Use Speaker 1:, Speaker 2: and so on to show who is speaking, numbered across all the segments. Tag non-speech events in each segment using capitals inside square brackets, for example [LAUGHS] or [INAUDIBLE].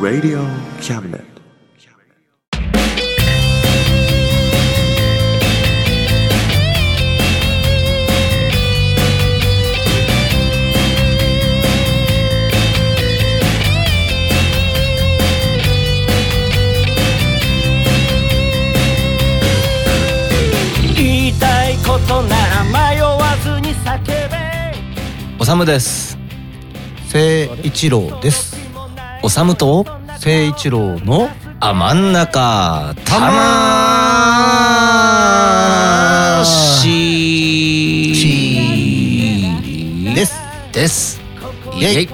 Speaker 1: Radio Cabinet.
Speaker 2: 言いたいことなら迷わずに叫べ
Speaker 3: おさむです
Speaker 4: 聖一郎です
Speaker 3: おさむと
Speaker 4: 聖一郎の
Speaker 3: あ真ん中たまーし
Speaker 4: です
Speaker 3: ですイ
Speaker 4: イエイ
Speaker 3: エイ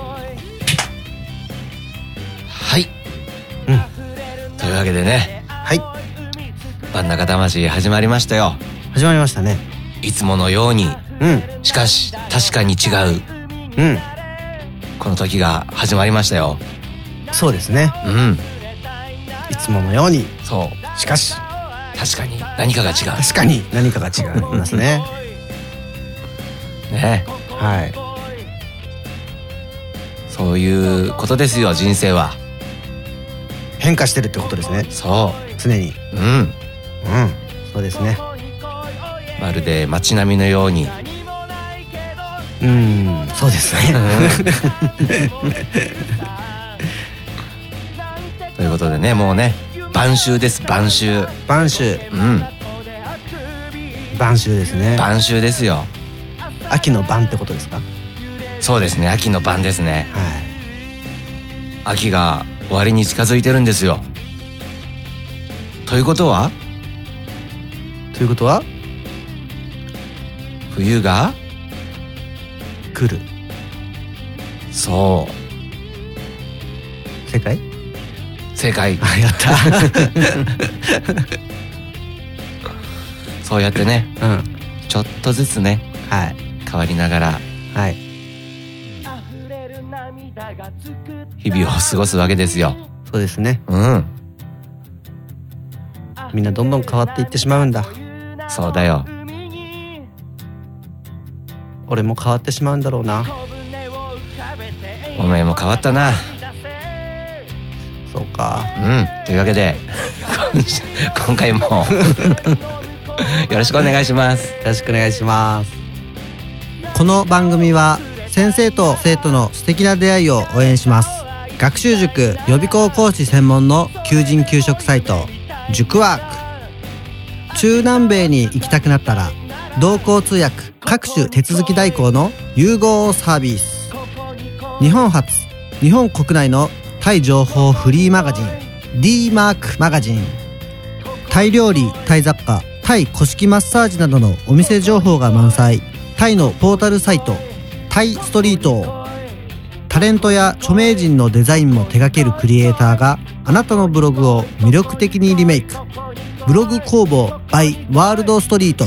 Speaker 3: はい、というわけでね
Speaker 4: はい
Speaker 3: 真ん中魂始まりましたよ
Speaker 4: 始まりましたね
Speaker 3: いつものように
Speaker 4: うん
Speaker 3: しかし確かに違う
Speaker 4: うん
Speaker 3: この時が始まりましたよ
Speaker 4: そうですね
Speaker 3: うん
Speaker 4: いつものように
Speaker 3: そう
Speaker 4: しかし
Speaker 3: 確かに何かが違
Speaker 4: 確かに何かが違います [LAUGHS] ね
Speaker 3: うね
Speaker 4: はい
Speaker 3: そういうことですよ人生は
Speaker 4: 変化してるってことですね
Speaker 3: そ
Speaker 4: 常に
Speaker 3: ううん
Speaker 4: うんそうですね
Speaker 3: まるで街並みのように
Speaker 4: うんそうです [LAUGHS] ね
Speaker 3: ということでねもうね晩秋です晩秋
Speaker 4: 晩秋
Speaker 3: うん
Speaker 4: 晩秋ですね
Speaker 3: 晩秋ですよ
Speaker 4: 秋の晩ってことですかは
Speaker 3: そうですね秋の晩ですね
Speaker 4: い
Speaker 3: 秋が終わりに近づいてるんですよということは
Speaker 4: ということは
Speaker 3: 冬が
Speaker 4: 来る
Speaker 3: そ
Speaker 4: 世界
Speaker 3: う正解
Speaker 4: あやっ
Speaker 3: そうやってね
Speaker 4: た [LAUGHS] うん
Speaker 3: ちょっとずつね
Speaker 4: はい
Speaker 3: 変わりながら
Speaker 4: はい
Speaker 3: 日々を過ごすわけですよ
Speaker 4: そうですね
Speaker 3: うん
Speaker 4: みんなどんどん変わっていってしまうんだ
Speaker 3: そうだよ
Speaker 4: 俺も変わってしまうんだろうな
Speaker 3: お前も変わったな
Speaker 4: そうか
Speaker 3: うんというわけで [LAUGHS] 今回もよろしくお願いします
Speaker 4: よろしくお願いしますこの番組は先生と生徒の素敵な出会いを応援します学習塾予備校講師専門の求人・求職サイト塾ワーク中南米に行きたくなったら同行通訳各種手続き代行の融合サービス日本初日本国内のタイ情報フリーマガジン d マークマガジンタイ料理タイ雑貨タイ古式マッサージなどのお店情報が満載タイのポータルサイトタイストリートタレントや著名人のデザインも手掛けるクリエイターがあなたのブログを魅力的にリメイクブログ工房 by ワールドストリート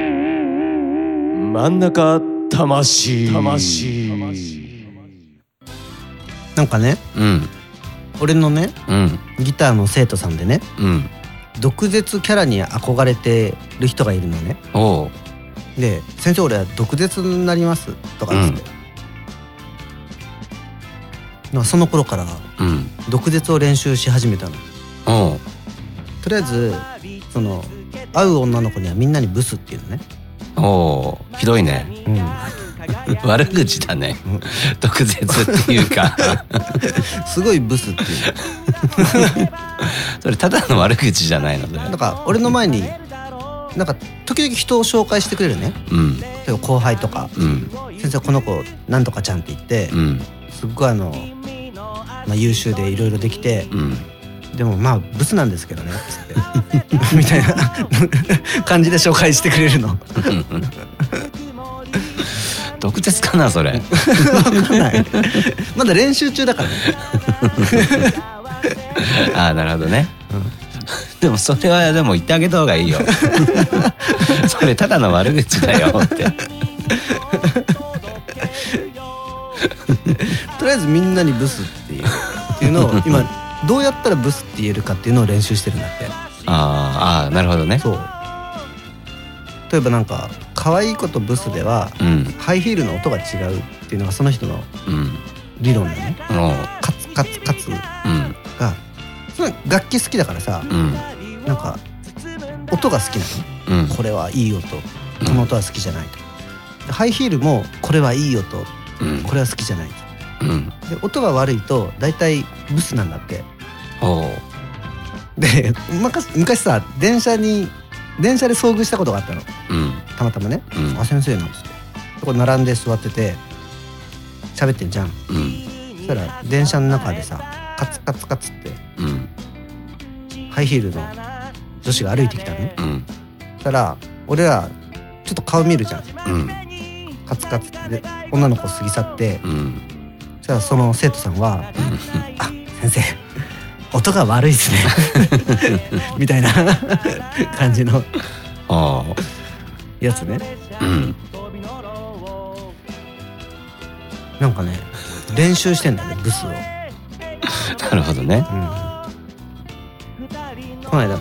Speaker 1: 真ん中魂魂
Speaker 4: なんかね
Speaker 3: うん
Speaker 4: 俺のね
Speaker 3: うん
Speaker 4: ギターの生徒さんでね
Speaker 3: うん
Speaker 4: 毒舌キャラに憧れてる人がいるのね
Speaker 3: おう
Speaker 4: で「先生俺は毒舌になります」とかっつって、なんかその頃から
Speaker 3: うん
Speaker 4: 毒舌を練習し始めたの
Speaker 3: おう
Speaker 4: とりあえずその会う女の子にはみんなにブスっていうのね、
Speaker 3: おうひどいね
Speaker 4: うん、
Speaker 3: 悪口だね毒舌っていう [LAUGHS] か
Speaker 4: すごいブスっていう
Speaker 3: それただの悪口じゃないので
Speaker 4: なんか俺の前になんか時々人を紹介してくれるね
Speaker 3: うん
Speaker 4: 例えば後輩とか
Speaker 3: うん
Speaker 4: 「 [LAUGHS] 先生この子なんとかちゃん」って言って
Speaker 3: うん
Speaker 4: すっごいあの、まあ、優秀でいろいろでき
Speaker 3: [LAUGHS]
Speaker 4: て
Speaker 3: うん
Speaker 4: でもまあブスなんですけどねつってみたいな感じで紹介してくれるの
Speaker 3: 毒舌かなそ [LAUGHS] れ
Speaker 4: 分かんないまだ練習中だからね
Speaker 3: ああなるほどね、でもそれはでも言ってあげた方がいいよ [LAUGHS] それただの悪口だよって
Speaker 4: とりあえずみんなにブスっていうっていうのを今どうやったらブスって言えるかっていうのを練習してるんだって
Speaker 3: あーあーなるほどね
Speaker 4: そう例えばなんか可愛い子とブスでは
Speaker 3: うん
Speaker 4: ハイヒールの音が違うっていうのがその人の
Speaker 3: うん
Speaker 4: 理論でね
Speaker 3: もう
Speaker 4: カツカツカツ
Speaker 3: うん
Speaker 4: がそれ楽器好きだからさ
Speaker 3: うん
Speaker 4: なんか音が好きな
Speaker 3: うん
Speaker 4: のこれはいい音この音は好きじゃないとでハイヒールもこれはいい音
Speaker 3: うん
Speaker 4: これは好きじゃない
Speaker 3: うん
Speaker 4: で音が悪いと大体ブスなんだって
Speaker 3: おう
Speaker 4: で昔昔さ電車に電車で遭遇したことがあったの
Speaker 3: うん
Speaker 4: たまたまね
Speaker 3: う
Speaker 4: 「
Speaker 3: ん
Speaker 4: あ先生」なんつってそこ並んで座ってて喋ってんじゃん
Speaker 3: うん
Speaker 4: そしたら電車の中でさカツカツカツって
Speaker 3: うん
Speaker 4: ハイヒールの女子が歩いてきたのね
Speaker 3: うん
Speaker 4: そしたら俺らちょっと顔見るじゃん
Speaker 3: うん
Speaker 4: カツカツってで女の子過ぎ去って
Speaker 3: うん
Speaker 4: そしたらその生徒さんは「あ [LAUGHS] 先生音が悪いですね」みたいな [LAUGHS] 感じの
Speaker 3: あ
Speaker 4: やつね
Speaker 3: あうん
Speaker 4: なんかね練習してんだよねブスを、うん、
Speaker 3: なるほどね
Speaker 4: この間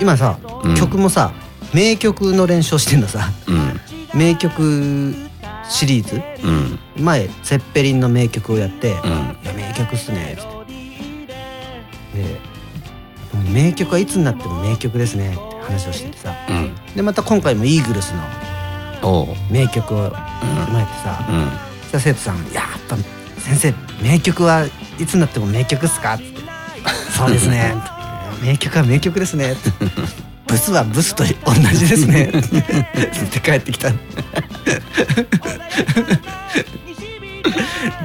Speaker 4: 今さ、
Speaker 3: うん
Speaker 4: 曲もさ名曲の練習をしてんださ
Speaker 3: うん
Speaker 4: 名曲シリーズ
Speaker 3: うん
Speaker 4: 前セッペリンの名曲をやって「
Speaker 3: うん
Speaker 4: いや名曲っすね」つってで「名曲はいつになっても名曲ですね」って話をしててさ
Speaker 3: うん
Speaker 4: でまた今回もイーグルスの
Speaker 3: おう
Speaker 4: 名曲を踏まえてさ、
Speaker 3: うん
Speaker 4: そしたら生徒さん「やっぱ先生名曲はいつになっても名曲っすか?」って「そうです
Speaker 3: [LAUGHS]
Speaker 4: ね」名曲は名曲ですね」ブスはブスと同じです
Speaker 3: [LAUGHS]
Speaker 4: ね」って帰ってきた [LAUGHS]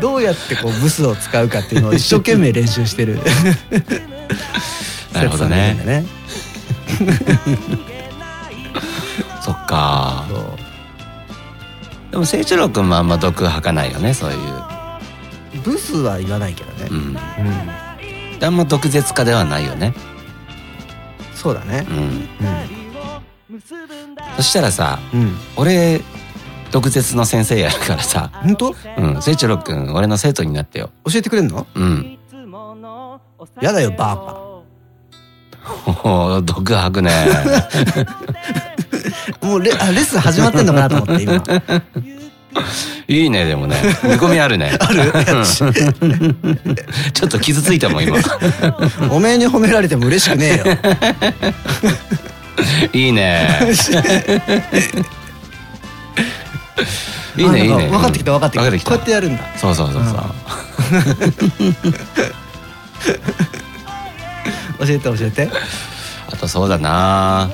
Speaker 4: どうやってこうブスを使うかっていうのを一生懸命練習してる
Speaker 3: なるほ
Speaker 4: [LAUGHS] 生徒さ
Speaker 3: どね
Speaker 4: んなんだよね
Speaker 3: [LAUGHS] そっか
Speaker 4: そう
Speaker 3: でも清一郎君はあんま毒吐かないよねそういう
Speaker 4: ブスは言わないけどね、
Speaker 3: うん
Speaker 4: うん、
Speaker 3: あんま毒舌家ではないよね
Speaker 4: そうだね
Speaker 3: うんそしたらさ
Speaker 4: うん、うん、
Speaker 3: 俺毒舌の先生やるからさ
Speaker 4: 本当
Speaker 3: うん清一郎君俺の生徒になってよ
Speaker 4: 教えてくれんの
Speaker 3: うん
Speaker 4: やだよバ
Speaker 3: おお毒吐くね [LAUGHS]
Speaker 4: ーカもうレあレッスン始まってんのかなと思って今
Speaker 3: いいねでもね見込みあるねあるちょっと傷ついたもん今
Speaker 4: おめえに褒められても嬉しくねえよ
Speaker 3: いい
Speaker 4: [LAUGHS]
Speaker 3: ね [LAUGHS] いいねいい
Speaker 4: あ
Speaker 3: ね
Speaker 4: なんか分かってきた分かってきた
Speaker 3: 分かってきた
Speaker 4: こうやってやるんだ
Speaker 3: そうそうそうそう、
Speaker 4: 教えて教えて
Speaker 3: あとそうだな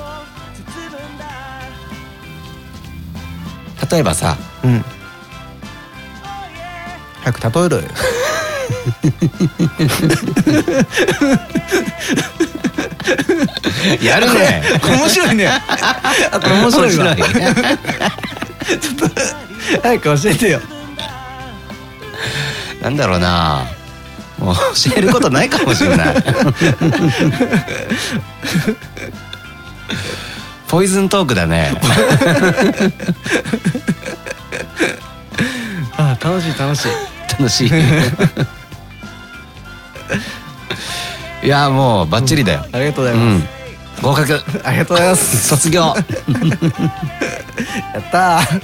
Speaker 3: 例え
Speaker 4: [LAUGHS]
Speaker 3: ばさ
Speaker 4: うん早く例えろよ
Speaker 3: やるね
Speaker 4: 面白
Speaker 3: [LAUGHS]
Speaker 4: いねあこれ面白いわ
Speaker 3: 面白いね
Speaker 4: 早く教えてよ
Speaker 3: なんだろうなもう教えることないかもし
Speaker 4: [LAUGHS]
Speaker 3: れないポイズントークだね
Speaker 4: あ楽しい楽しい
Speaker 3: 楽しいいやもうバッチリだよ
Speaker 4: ありがとうござ
Speaker 3: う
Speaker 4: い
Speaker 3: ん
Speaker 4: ます、
Speaker 3: 合格
Speaker 4: ありがとうございます
Speaker 3: [LAUGHS] 卒業
Speaker 4: やったー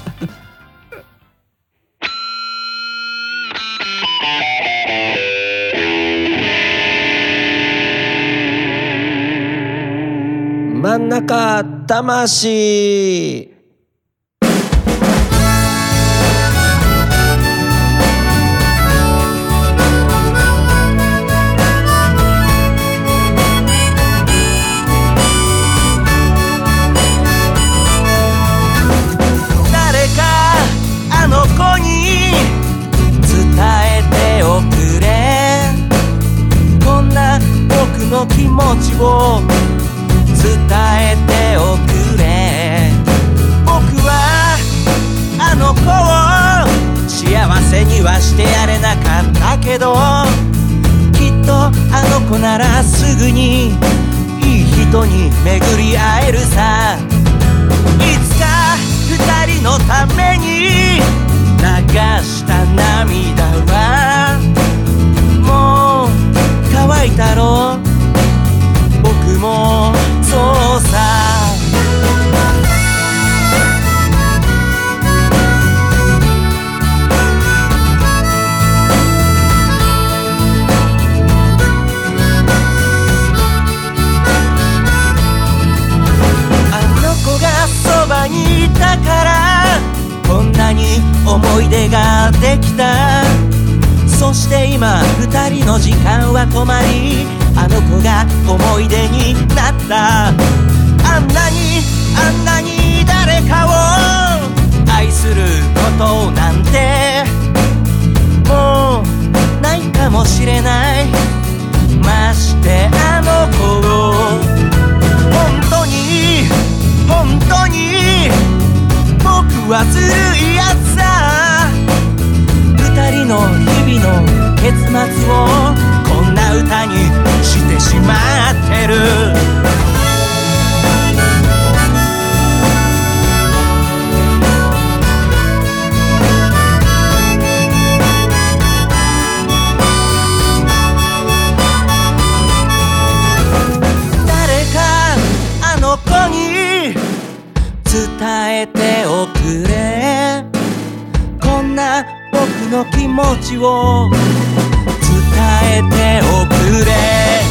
Speaker 1: 真ん中魂
Speaker 2: 持ちを伝えておくれ僕はあの子を幸せにはしてやれなかったけどきっとあの子ならすぐにいい人に巡り会えるさいつか二人のために流した涙はもう乾いたろう僕もそうさあの子がそばにいたからこんなに思い出ができたそして今二人の時間は止まりあの子が思い出になったあんなにあんなに誰かを愛することなんてもうないかもしれないましてあの子を本当に本当に僕はずるいやつさ二人の日々の結末をこんな歌にしてしまってる誰かあの子に伝えておくれこんな僕の気持ちを伝えておくれ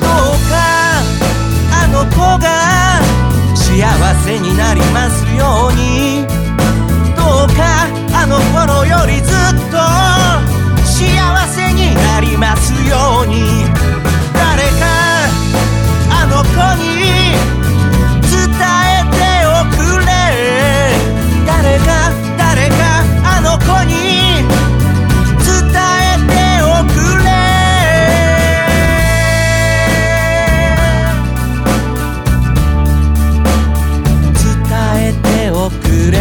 Speaker 2: どうかあの子が幸せになりますようにどうかあの頃よりずっと幸せになりますように誰かあの子に伝えておくれ誰か誰かあの子に伝えておくれ伝えておくれ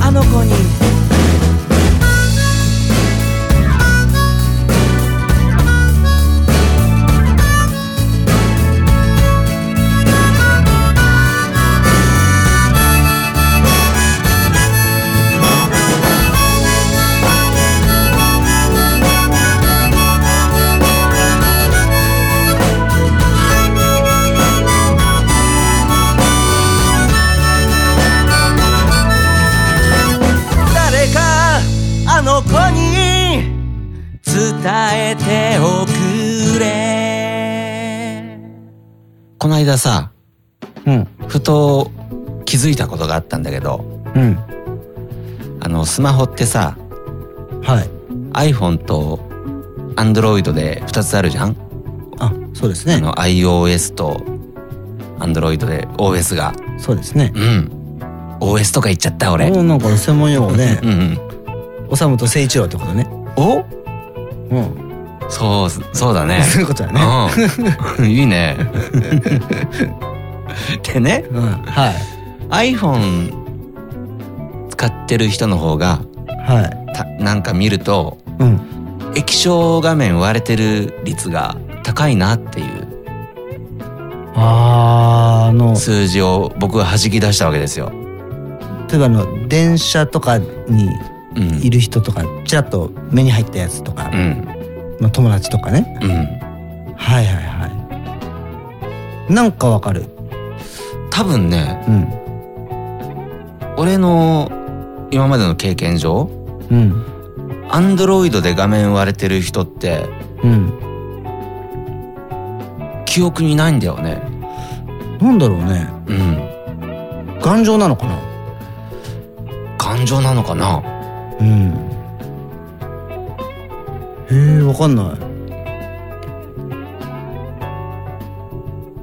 Speaker 2: あの子に誰かあの子に伝えておくれ
Speaker 3: この間さ
Speaker 1: うん
Speaker 3: ふと気づいたことがあったんだけど
Speaker 1: うん
Speaker 3: あのスマホってさ
Speaker 4: はい
Speaker 3: iPhone と Android で2つあるじゃん
Speaker 4: あそうです
Speaker 3: あ
Speaker 4: ね
Speaker 3: の iOS と Android で OS が
Speaker 4: そうですね
Speaker 3: うん OS とか言っちゃった俺
Speaker 1: もうなんか専門用語ね
Speaker 3: うんうん
Speaker 1: おさむと誠一郎ってことね
Speaker 3: お
Speaker 1: うん
Speaker 3: そうそう
Speaker 4: [LAUGHS]
Speaker 3: だね
Speaker 1: そういうことだね
Speaker 3: うんいいね [LAUGHS] でね
Speaker 1: うんはい
Speaker 3: iPhone 使ってる人の方が
Speaker 1: はい
Speaker 3: たなんか見ると
Speaker 1: うん
Speaker 3: 液晶画面割れてる率が高いなっていう
Speaker 1: あーあの
Speaker 3: 数字を僕は弾き出したわけですよ。
Speaker 1: 例えばあの電車とかに
Speaker 3: うん
Speaker 1: いる人とかちらっと目に入ったやつとか
Speaker 3: うん
Speaker 1: の友達とかね
Speaker 3: うん
Speaker 1: はいはいはいなんかわかる
Speaker 3: 多分ね
Speaker 1: うん
Speaker 3: 俺の今までの経験上
Speaker 1: うん
Speaker 3: アンドロイドで画面割れてる人って
Speaker 1: うん
Speaker 3: 記憶にないんだよね。
Speaker 1: なんだろうね
Speaker 3: うん
Speaker 1: 頑丈なのかな
Speaker 3: 感情なのかな
Speaker 1: うんへえわかんない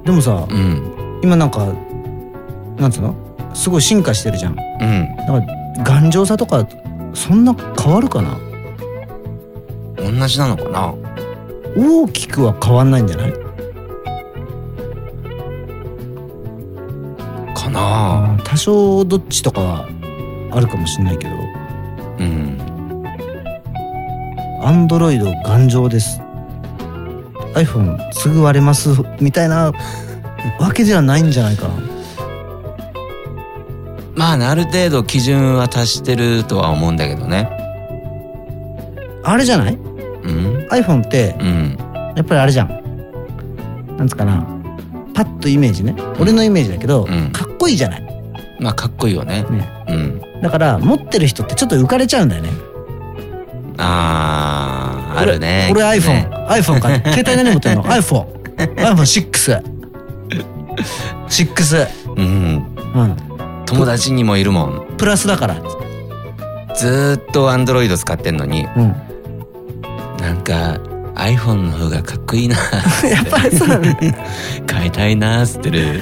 Speaker 1: でもさ
Speaker 3: うん
Speaker 1: 今なんかなんつうのすごい進化してるじゃん
Speaker 3: うん
Speaker 1: なんか頑丈さとかそんな変わるかな
Speaker 3: うー同じなのかな
Speaker 5: 大きくは変わんないんじゃない
Speaker 3: かな
Speaker 5: 多少どっちとかはあるかもしれないけど
Speaker 3: うん
Speaker 5: アンドロイド頑丈です iPhone すぐ割れますみたいなわけではないんじゃないかな
Speaker 3: まあある程度基準は達してるとは思うんだけどね
Speaker 5: あれじゃない
Speaker 3: うん
Speaker 5: iPhone って
Speaker 3: うん
Speaker 5: やっぱりあれじゃんなんつうかなパッとイメージね俺のイメージだけど、
Speaker 3: うん
Speaker 5: かっこいいじゃない
Speaker 3: まあかっこいいよね
Speaker 5: ね
Speaker 3: うん
Speaker 5: だから持ってる人ってちょっと浮かれちゃうんだよね
Speaker 3: あーあるね
Speaker 5: 俺俺
Speaker 3: きっと
Speaker 5: iPhone、
Speaker 3: ね [LAUGHS]
Speaker 5: iPhone か携帯何持ってるの iPhoneiPhone6 6
Speaker 3: うん
Speaker 5: う
Speaker 3: 友達にもいるもん
Speaker 5: んプラスだから
Speaker 3: ずーっとアンドロイド使ってんのに
Speaker 5: うん
Speaker 3: なんか iPhone の方がかっこいいな
Speaker 5: [LAUGHS] やっぱりそうだね
Speaker 3: [LAUGHS] 変えたいなーっつってる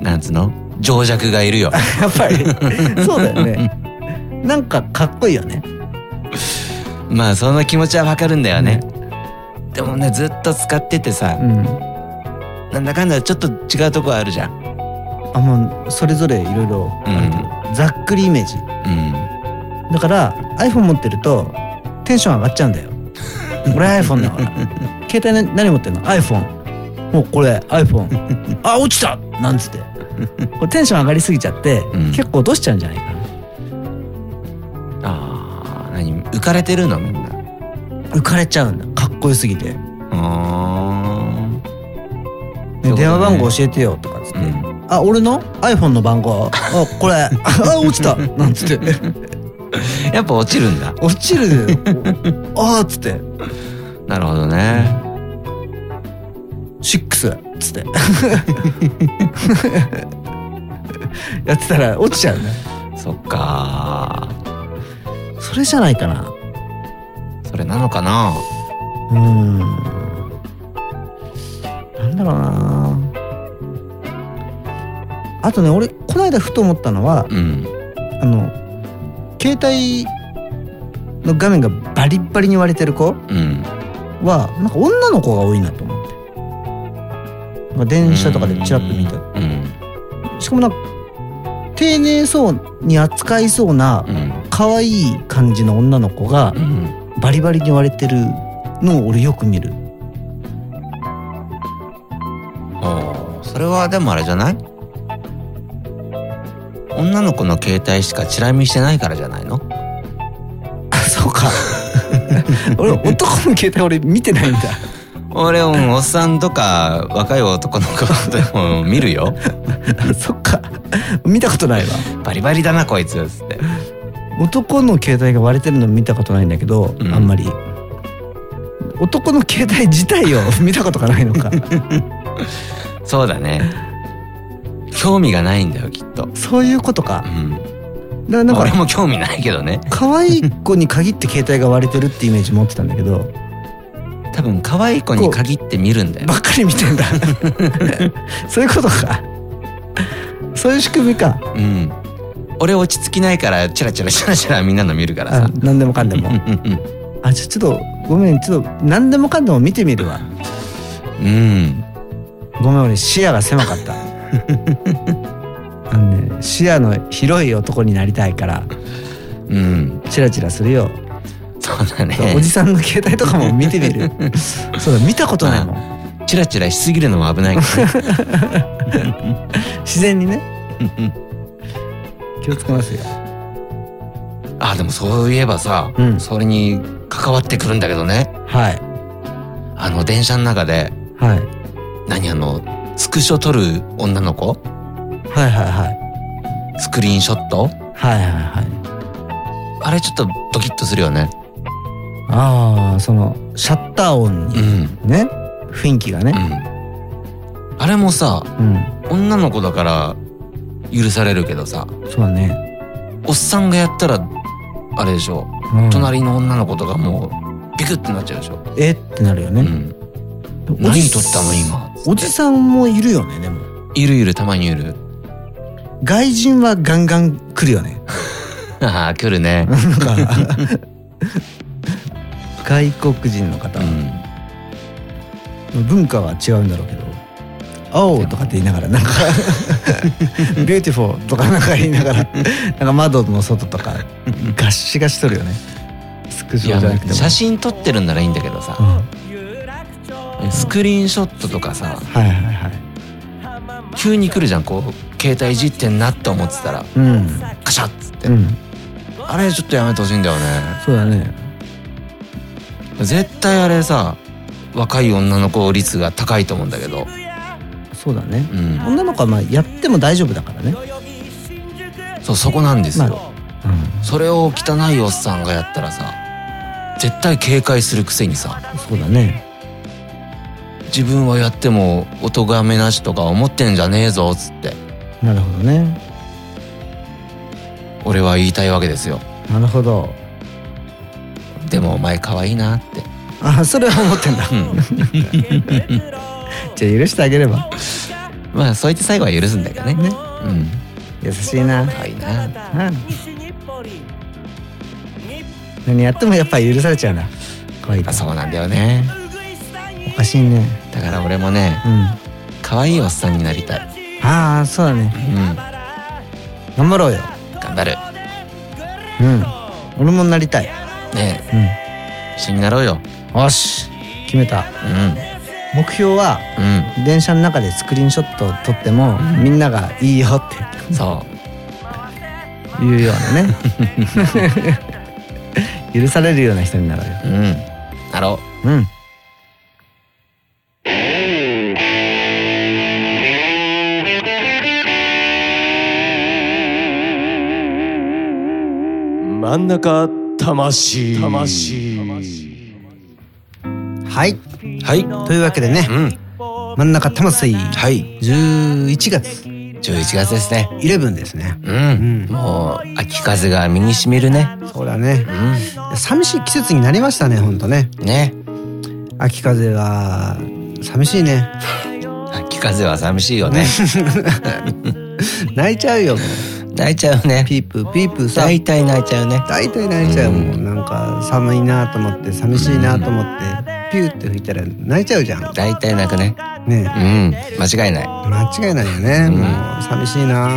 Speaker 3: なんつうの情弱がい
Speaker 5: [LAUGHS]
Speaker 3: るよ
Speaker 5: やっ
Speaker 3: [LAUGHS]
Speaker 5: ぱりそうだよねなんかかっこいいよね
Speaker 3: まあその気持ちはわかるんだよね、でもねずっと使っててさ
Speaker 5: うん
Speaker 3: なんだかんだちょっと違うとこあるじゃん
Speaker 5: あもうそれぞれいろいろあるけどざっくりイメージ
Speaker 3: うん
Speaker 5: だから iPhone 持ってるとテンション上がっちゃうんだよ俺 iPhone だ [LAUGHS] から携帯な何持ってんの iPhone もうこれ [LAUGHS] iPhone あ落ちたなんつってこれテンション上がりすぎちゃって、
Speaker 3: ん
Speaker 5: 結構落としちゃうんじゃないか
Speaker 3: あー何浮かれてるのみんな
Speaker 5: な浮かれちゃうんだかっこよすぎて、ね
Speaker 3: あそうだね
Speaker 5: 電話番号教えてよとかっつって、
Speaker 3: うん
Speaker 5: あ俺の iPhone の番号あ [LAUGHS] これあ落ちたなんつって
Speaker 3: ーやっぱ落ちるんだ
Speaker 5: [LAUGHS] 落ちるよ [LAUGHS] あーっつって
Speaker 3: なるほどね
Speaker 5: シックスっつってやってたら落ちちゃうね
Speaker 3: そっか
Speaker 5: それじゃないかな
Speaker 3: ーそれなのかな
Speaker 5: うーんなんだろうなあとね俺この間ふと思ったのは
Speaker 3: うん
Speaker 5: あの携帯の画面がバリッバリに割れてる子
Speaker 3: うん
Speaker 5: はなんか女の子が多いなと思ってなんか電車とかでチラッと見た
Speaker 3: うん
Speaker 5: しかもなんか丁寧そうに扱いそうな
Speaker 3: うん
Speaker 5: 可愛い感じの女の子が
Speaker 3: うん
Speaker 5: バリバリに割れてるのを俺よく見る
Speaker 3: あーそれはでもあれじゃない女の子の携帯しかチラ見してないからじゃないの
Speaker 5: あ [LAUGHS] そう [LAUGHS] か俺男の携帯俺見てないんだ
Speaker 3: 俺うんおっさんとか若い男の子でも見るよ [LAUGHS]
Speaker 5: あ [LAUGHS] そっか見たことないわ
Speaker 3: バリバリだなこいつっつって
Speaker 5: 男の携帯が割れてるの見たことないんだけど、
Speaker 3: うん
Speaker 5: あんまり男の携帯自体を [LAUGHS] 見たことがないの [LAUGHS] か
Speaker 3: そうだね興味がないんだよきっと
Speaker 5: そういうこと
Speaker 3: う
Speaker 5: か
Speaker 3: ん
Speaker 5: だなん
Speaker 3: 俺
Speaker 5: か
Speaker 3: も興味ないけどね
Speaker 5: 可愛い子に限って携帯が割れてるってイメージ持ってたんだけど
Speaker 3: 多分可愛い子に限って見るんだよ
Speaker 5: ばっかり見てんだ [LAUGHS] そういうことかそういう仕組みか
Speaker 3: うん俺落ち着きないからチラチラチラチラみんなの見るから
Speaker 5: あ
Speaker 3: さ
Speaker 5: 何でもかんでも
Speaker 3: うんうん
Speaker 5: あじゃあちょっとごめんちょっと何でもかんでも見てみるわ
Speaker 3: うん
Speaker 5: ごめん俺視野が狭かったあのね視野の広い男になりたいから
Speaker 3: うん
Speaker 5: チラチラするよ
Speaker 3: そうだね
Speaker 5: おじさんの携帯とかも見てみ
Speaker 3: [LAUGHS]
Speaker 5: るそうだ見たことないもん
Speaker 3: チラチラしすぎるのも危ないからね
Speaker 5: 自然にね気をつけますよ
Speaker 3: あでもそういえばさ、
Speaker 5: うん
Speaker 3: それに関わってくるんだけどね
Speaker 5: はい
Speaker 3: あの電車の中で
Speaker 5: はい
Speaker 3: 何あのスクショ撮る女の子
Speaker 5: はいはいはい
Speaker 3: スクリーンショット
Speaker 5: はいはいはい
Speaker 3: あれちょっとドキッとするよね
Speaker 5: ああそのシャッター音
Speaker 3: うん
Speaker 5: に、ね雰囲気が
Speaker 3: う
Speaker 5: ね、
Speaker 3: んあれもさ
Speaker 5: うん、
Speaker 3: 女の子だから許されるけどさ
Speaker 5: そうだね、
Speaker 3: おっさんがやったらあれでしょ、
Speaker 5: うん
Speaker 3: 隣の女の子とかもうビクってなっちゃうでしょ、
Speaker 5: えってなるよ
Speaker 3: う
Speaker 5: ね、
Speaker 3: ん、
Speaker 5: おじ
Speaker 3: 何撮ったの今
Speaker 5: おじさんもいるよねでも
Speaker 3: いるいるたまにいる
Speaker 5: 外人はガンガン来るよね
Speaker 3: ああ来るね
Speaker 5: なんか外国人の方、
Speaker 3: うん
Speaker 5: 文化は違うんだろうけど「青」とかって言いながらなんか「ビューティフォー」とかなんか言いながらなんか窓の外とかガッシガシ撮るよねスク
Speaker 6: い
Speaker 5: ショ
Speaker 6: や
Speaker 5: じゃなくても
Speaker 6: 写真撮ってるんならいいんだけど
Speaker 5: うん
Speaker 6: さ
Speaker 5: はい
Speaker 6: スクリーンショットとかさ
Speaker 5: はいはい
Speaker 6: 急に来るじゃんこう携帯いじってんなって思ってたら
Speaker 5: うん
Speaker 6: カシャッつって
Speaker 5: うん
Speaker 6: あれちょっとやめてほしいんだよね
Speaker 5: そうだね
Speaker 6: 絶対あれさ若い女の子率が高いと思うんだけど
Speaker 5: そうだね
Speaker 6: うん
Speaker 5: 女の子はまあやっても大丈夫だからね
Speaker 6: そうそこなんですよ、
Speaker 5: うん
Speaker 6: それを汚いおっさんがやったらさ絶対警戒するくせにさ
Speaker 5: そう
Speaker 6: [LAUGHS]
Speaker 5: だね
Speaker 6: 自分はやってもお咎めなしとか思ってんじゃねえぞっつって
Speaker 5: なるほどね
Speaker 6: 俺は言いたいわけですよ
Speaker 5: なるほど
Speaker 6: でもお前可愛いなって
Speaker 5: あそれは思ってんだ
Speaker 6: [LAUGHS]
Speaker 5: じゃあ許してあげれば
Speaker 6: まあそう言って最後は許すんだけどね
Speaker 5: ね
Speaker 6: うん
Speaker 5: 優しいな
Speaker 6: 可愛いな
Speaker 5: うん何やってもやっぱり許されちゃうな可愛い
Speaker 6: あそうなんだよね
Speaker 5: おかしいね
Speaker 6: だから俺もね
Speaker 5: うん
Speaker 6: 可愛いおっさんになりたい
Speaker 5: ああそうだね
Speaker 6: うん
Speaker 5: 頑張ろうよ
Speaker 6: 頑張る
Speaker 5: うん俺もなりたい
Speaker 6: ね
Speaker 5: う
Speaker 6: え一緒になろうよ
Speaker 5: んよし決めた
Speaker 6: うん
Speaker 5: 目標は
Speaker 6: う
Speaker 5: 電車の中でスクリーンショットを撮ってもみんなが「いいよ」っ
Speaker 6: んそ
Speaker 5: ていうようなね
Speaker 3: [LAUGHS]
Speaker 5: 許されるような人になろうよ
Speaker 6: ううんなろう
Speaker 5: うん
Speaker 2: 真ん中魂魂
Speaker 4: はい
Speaker 3: はい
Speaker 4: というわけでね
Speaker 3: うん
Speaker 4: 真ん中魂
Speaker 3: はい
Speaker 4: 11月
Speaker 3: 11月ですね
Speaker 4: 11ですね
Speaker 3: うん、もう秋風が身にしみるね
Speaker 4: そうだね
Speaker 3: う
Speaker 4: 寂しい季節になりましたねほんとね
Speaker 3: んね
Speaker 4: 秋風は寂しいね
Speaker 3: 秋風は寂しいよね
Speaker 5: [LAUGHS]
Speaker 4: 泣いちゃうよもう
Speaker 3: [LAUGHS] 泣いちゃうね
Speaker 4: ピープーピープーさ
Speaker 3: 大体泣いちゃうね
Speaker 4: 大体泣いちゃう
Speaker 3: うん
Speaker 4: もうなんか寒いなと思って寂しいなと思ってピューって吹いたら泣いちゃうじゃん
Speaker 3: 大体泣くね
Speaker 4: ね
Speaker 3: う
Speaker 4: え
Speaker 3: ん間違いない
Speaker 4: 間違いないよね
Speaker 3: ん
Speaker 4: もう寂しいな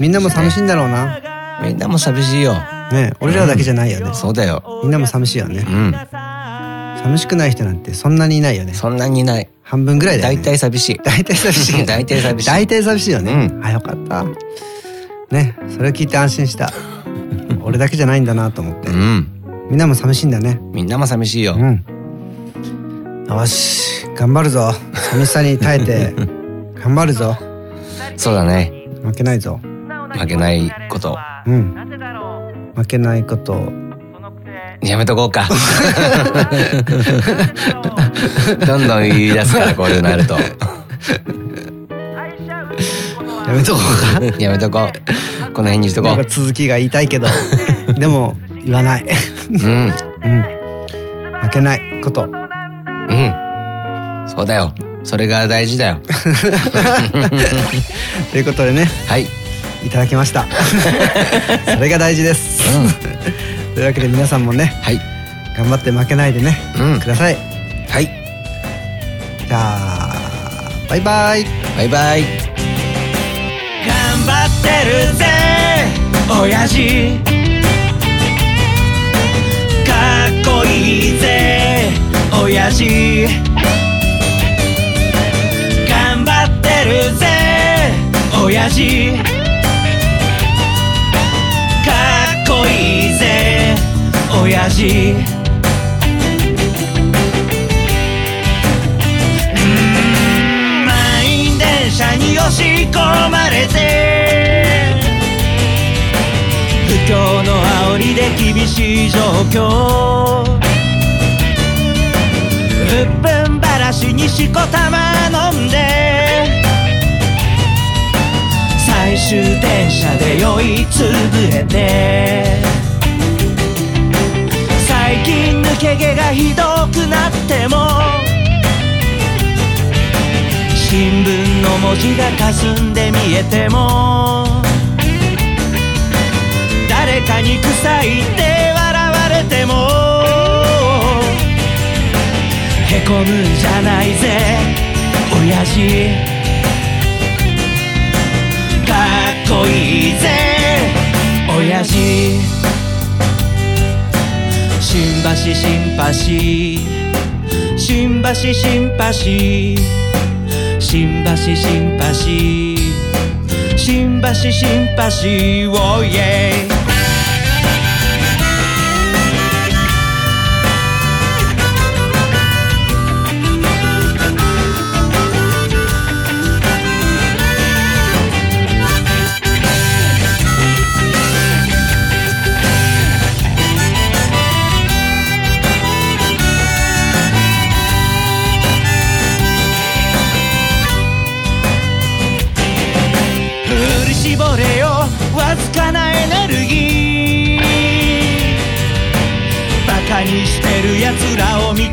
Speaker 4: みんなも寂しいんだろうな
Speaker 3: みんなも寂しいよ
Speaker 4: ねえ俺らだけじゃないよね
Speaker 3: そうだよ
Speaker 4: みんなも寂しいよね
Speaker 3: うん
Speaker 4: 寂しくない人なんてそんなにいないよね
Speaker 3: そんなにいない
Speaker 4: 半分ぐらいだよ
Speaker 3: 大
Speaker 4: ね
Speaker 3: 体寂しい
Speaker 4: 大体寂しい
Speaker 3: 大体寂しい
Speaker 4: 大体寂しいよね
Speaker 3: う
Speaker 4: あよかったねそれを聞いて安心した
Speaker 3: [LAUGHS]
Speaker 4: 俺だけじゃないんだなと思って
Speaker 3: うん
Speaker 4: みんなも寂しいんだね
Speaker 3: みんなも寂しいよ
Speaker 4: うん。よし、頑張るぞ。寂しさに耐え [LAUGHS] て、頑張るぞ。
Speaker 3: そうだね
Speaker 4: 負けないぞ。
Speaker 3: 負けないこと
Speaker 4: うん。負けないこと。
Speaker 3: やめとこうか [LAUGHS] どんどん言い出すからこういうなると
Speaker 4: [LAUGHS] やめとこうか。
Speaker 3: [LAUGHS] やめとこうこの辺にしと
Speaker 4: [LAUGHS]
Speaker 3: こ
Speaker 4: なんか
Speaker 3: う
Speaker 4: 続きが言いたい [LAUGHS] けど、でも言わない。
Speaker 3: うん
Speaker 2: [LAUGHS]
Speaker 4: うん。負けないこと。
Speaker 3: うんそうだよそれが大事だよ
Speaker 4: ということでね、
Speaker 3: はい
Speaker 4: いただきま [LAUGHS] した。それが大事です。というわけで皆さんもね、
Speaker 3: はい
Speaker 4: 頑張って負けないでね、
Speaker 3: うん
Speaker 4: ください。
Speaker 3: はい
Speaker 4: じゃあ、バイバイ。
Speaker 3: バイバイ
Speaker 2: 頑張ってるぜ親父かっこいいぜ親父頑張ってるぜ親父かっこいいぜ親父満員電車に押し込まれて不況の煽りで厳しい状況うっぷんばらしにしこたま飲んで最終電車で酔いつぶれて最近抜け毛がひどくなっても新聞の文字が霞んで見えても誰かに臭いって笑われても込むんじゃないぜ親父かっこいいぜ親父新橋新橋新橋新橋新橋新橋新橋新橋おいえい振り絞れよわずかなエネルギーバカにしてるやつらを見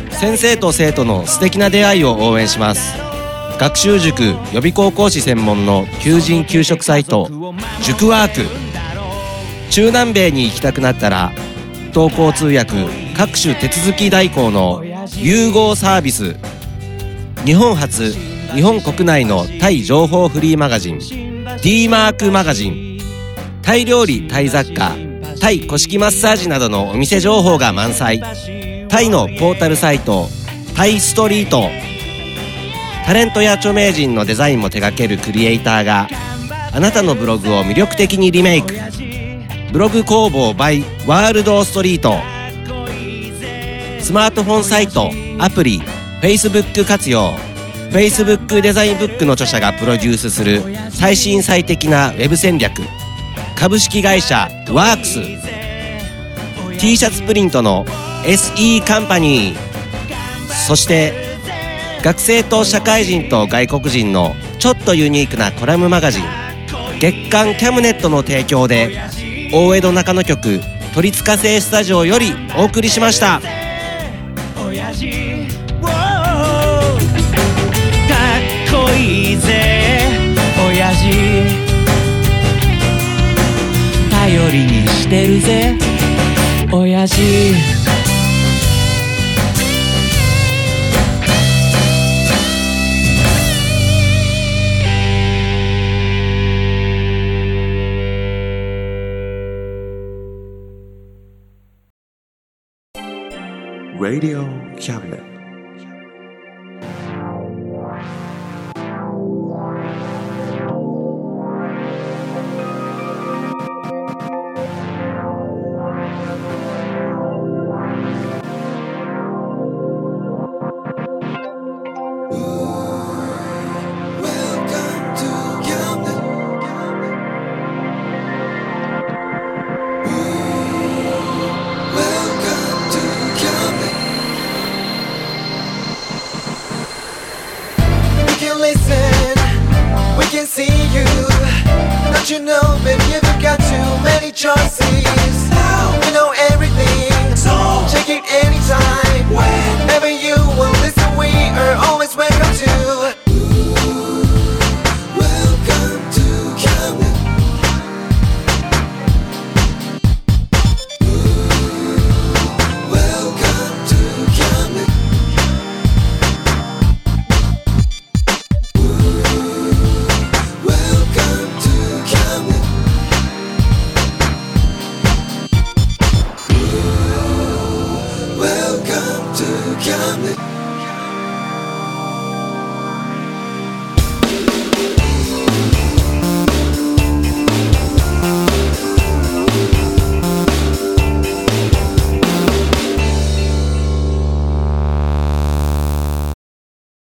Speaker 6: 先生と生徒の素敵な出会いを応援します学習塾予備高校師専門の求人・給食サイト塾ワーク中南米に行きたくなったら同行通訳各種手続き代行の融合サービス日本初日本国内のタイ情報フリーマガジン d マークマガジンタイ料理タイ雑貨タイ古式マッサージなどのお店情報が満載タイのポータルサイトタイストリートタレントや著名人のデザインも手掛けるクリエイターがあなたのブログを魅力的にリメイクブログ工房 by ワールドストリートスマートフォンサイトアプリ Facebook 活用 Facebook デザインブックの著者がプロデュースする最新最適なウェブ戦略株式会社ワークス t シャツプリントの SE カンパニーそして学生と社会人と外国人のちょっとユニークなコラムマガジン月刊キャムネットの提供で大江戸中野局鳥塚製スタジオよりお送りしました。
Speaker 2: 親父ウォーかっこいいぜ親父頼りにしてるぜ親父
Speaker 7: 「